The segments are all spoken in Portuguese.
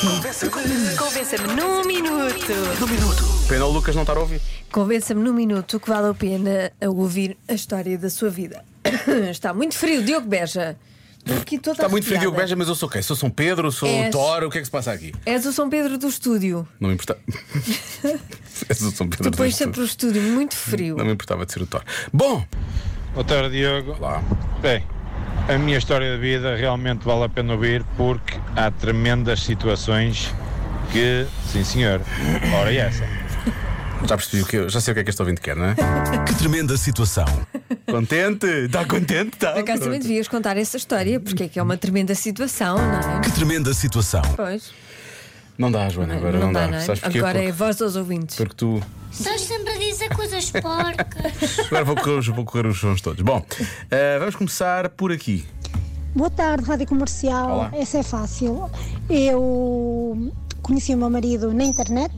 Convença-me Convença-me num minuto. num minuto. Pena o Lucas não estar a ouvir. Convença-me num minuto que vale a pena a ouvir a história da sua vida. Está muito frio, Diogo Beja. Estou aqui toda Está Tá muito frio, arrepiada. Diogo Beja, mas eu sou quem? Sou São Pedro, sou Tá És. Toro, o que é que se passa aqui? És o São Pedro do estúdio. Não me importa. Eu sou São Pedro. Depois do sempre o Sul. estúdio muito frio. Não me importava de ser o Toro. Bom, Boa tarde, Diogo. lá. Bem, a minha história de vida realmente vale a pena ouvir porque há tremendas situações que, sim senhor, ora é essa. Já percebi o que eu, já sei o que é que este ouvinte quer, não é? Que tremenda situação. contente? Está contente? Está. Por acaso também Pronto. devias contar essa história, porque é que é uma tremenda situação, não é? Que tremenda situação. Pois. Não dá, Joana, agora não, dá. não é? Sabes porquê? Agora é porque, voz aos ouvintes. porque tu. Sós sempre a dizer coisas porcas. Agora vou correr, os- vou correr os sons todos. Bom, eh, vamos começar por aqui. Boa tarde, Rádio Comercial. Olá. Essa é fácil. Eu conheci o meu marido na internet.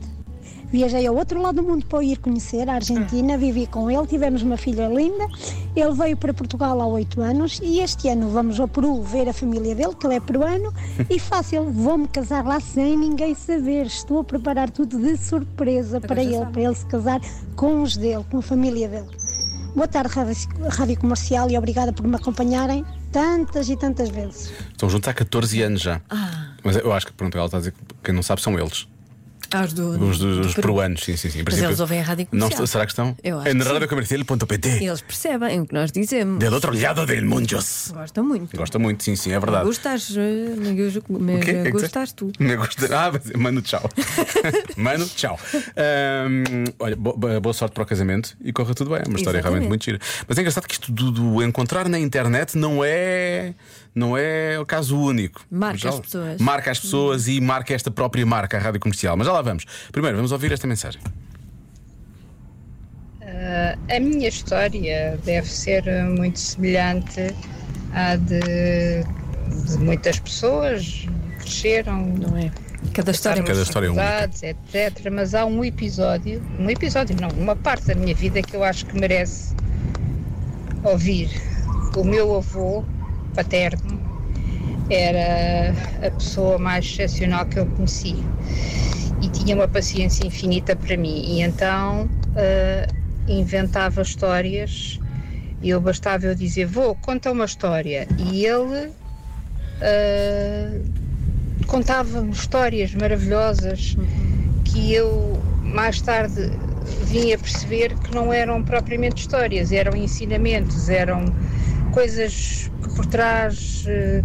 Viajei ao outro lado do mundo para o ir conhecer, a Argentina, vivi com ele, tivemos uma filha linda. Ele veio para Portugal há oito anos e este ano vamos ao Peru ver a família dele, que ele é peruano. E fácil, vou-me casar lá sem ninguém saber. Estou a preparar tudo de surpresa para já ele, sabe. para ele se casar com os dele, com a família dele. Boa tarde, Rádio- Rádio Comercial, e obrigada por me acompanharem tantas e tantas vezes. Estão juntos há 14 anos já. Ah. Mas eu acho que, pronto, ela está a dizer que quem não sabe são eles. Aos do, Os, do dos os Peru. peruanos, sim, sim, sim. Em Mas princípio- eles ouvem a rádio não, comercial. está- Será que estão? Eu acho É na que sim. radiocomercial.pt, Eles percebem o que nós dizemos. del outro lado del mundo. Gostam muito. Gosta muito, sim, sim, é verdade. Gostas, eh, mas O quê? É mas que gostas tu. disseste? Me gosta- Ah, mas- mano, tchau. mano, tchau. Ahm, olha, bo- bo- boa sorte para o casamento e corra tudo bem. É uma história realmente Exatamente. muito gira. Mas é engraçado que isto do, do encontrar na internet não é, não é o caso único. Marca Já- as pessoas. Marca as pessoas e marca esta própria marca, a rádio comercial. Mas já lá vamos. Primeiro, vamos ouvir esta mensagem. A minha história deve ser muito semelhante à de, de muitas pessoas. Cresceram, Não é? Cada história é passaram Cada nas história é única. faculdades, etc. Mas há um episódio, um episódio não, uma parte da minha vida que eu acho que merece ouvir. O meu avô paterno era a pessoa mais excepcional que eu conheci e tinha uma paciência infinita para mim. E então ah, inventava histórias e eu bastava eu dizer: Vou, conta uma história. E ele ah, contava-me histórias maravilhosas que eu mais tarde vim a perceber que não eram propriamente histórias, eram ensinamentos, eram coisas que por trás eh,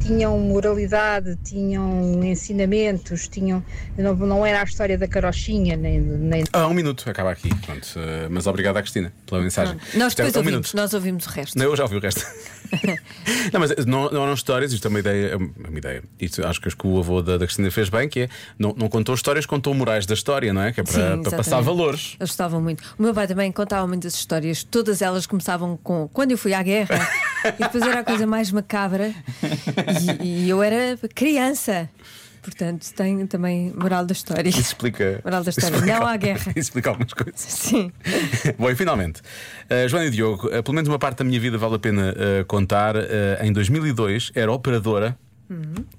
tinham moralidade, tinham ensinamentos, tinham não, não era a história da carochinha nem, nem Ah, um minuto, acaba aqui. Pronto, eh, mas obrigado à Cristina pela mensagem. Nós Isto é depois um ouvimos, minuto. nós ouvimos o resto. Não, eu já ouvi o resto. não, mas eh, não, não eram histórias, isto é uma ideia. É uma ideia. Isto, acho que acho que o avô da, da Cristina fez bem, que é não, não contou histórias, contou morais da história, não é? Que é Sim, para, para exatamente. passar valores. Eles gostavam muito. O meu pai também contava muitas histórias. Todas elas começavam com quando eu fui à guerra. e depois era a coisa mais macabra. E, e eu era criança. Portanto, tem também moral da história. Isso explica. Moral da isso história. explica Não há al- guerra. Isso explica algumas coisas. Sim. Bom, e finalmente, eh, Joana e Diogo, eh, pelo menos uma parte da minha vida vale a pena eh, contar. Eh, em 2002 era operadora.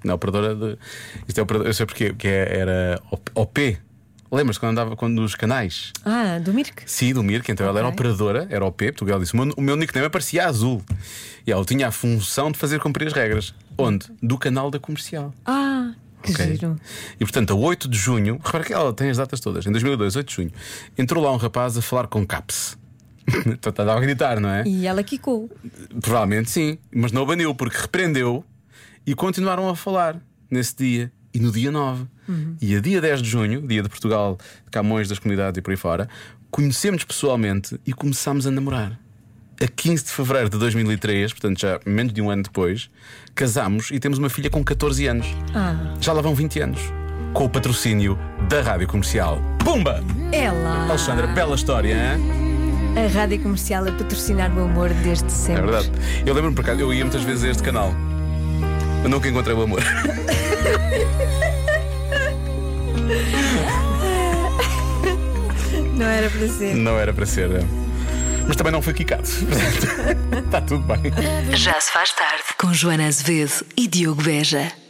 Na operadora de. Isto é operadora, eu sei porque, que é- era OP. Lembras-te quando andava quando nos canais? Ah, do Mirk. Sim, do Mirk, então ela era Ok. operadora, era OP, Portugal disse: o meu, o meu nickname aparecia azul. E ela tinha a função de fazer cumprir as regras. Onde? Do canal da comercial. Ah, que Ok? giro. E portanto, a 8 de junho, repara que ela tem as datas todas, em 2002, 8 de junho, entrou lá um rapaz a falar com CAPS. Então, Estava a gritar, não é? E ela quicou. Provavelmente sim, mas não o baniu porque repreendeu e continuaram a falar nesse dia e no dia 9. E a dia 10 de junho, dia de Portugal, de Camões das Comunidades e por aí fora, conhecemos pessoalmente e começámos a namorar. A 15 de fevereiro de 2003, portanto já menos de um ano depois, casámos e temos uma filha com 14 anos. Ah, Já lá vão 20 anos. Com o patrocínio da Rádio Comercial. Pumba! ela. Alexandra, bela história, hein? A rádio comercial a patrocinar o amor desde sempre. É verdade. Eu lembro-me por acaso, eu ia muitas vezes a este canal. Eu nunca encontrei o amor. Não era para ser. Não era para ser. é. Mas também não foi quicado. Portanto, Está tudo bem. Já se faz tarde com Joana Azevedo e Diogo Beja.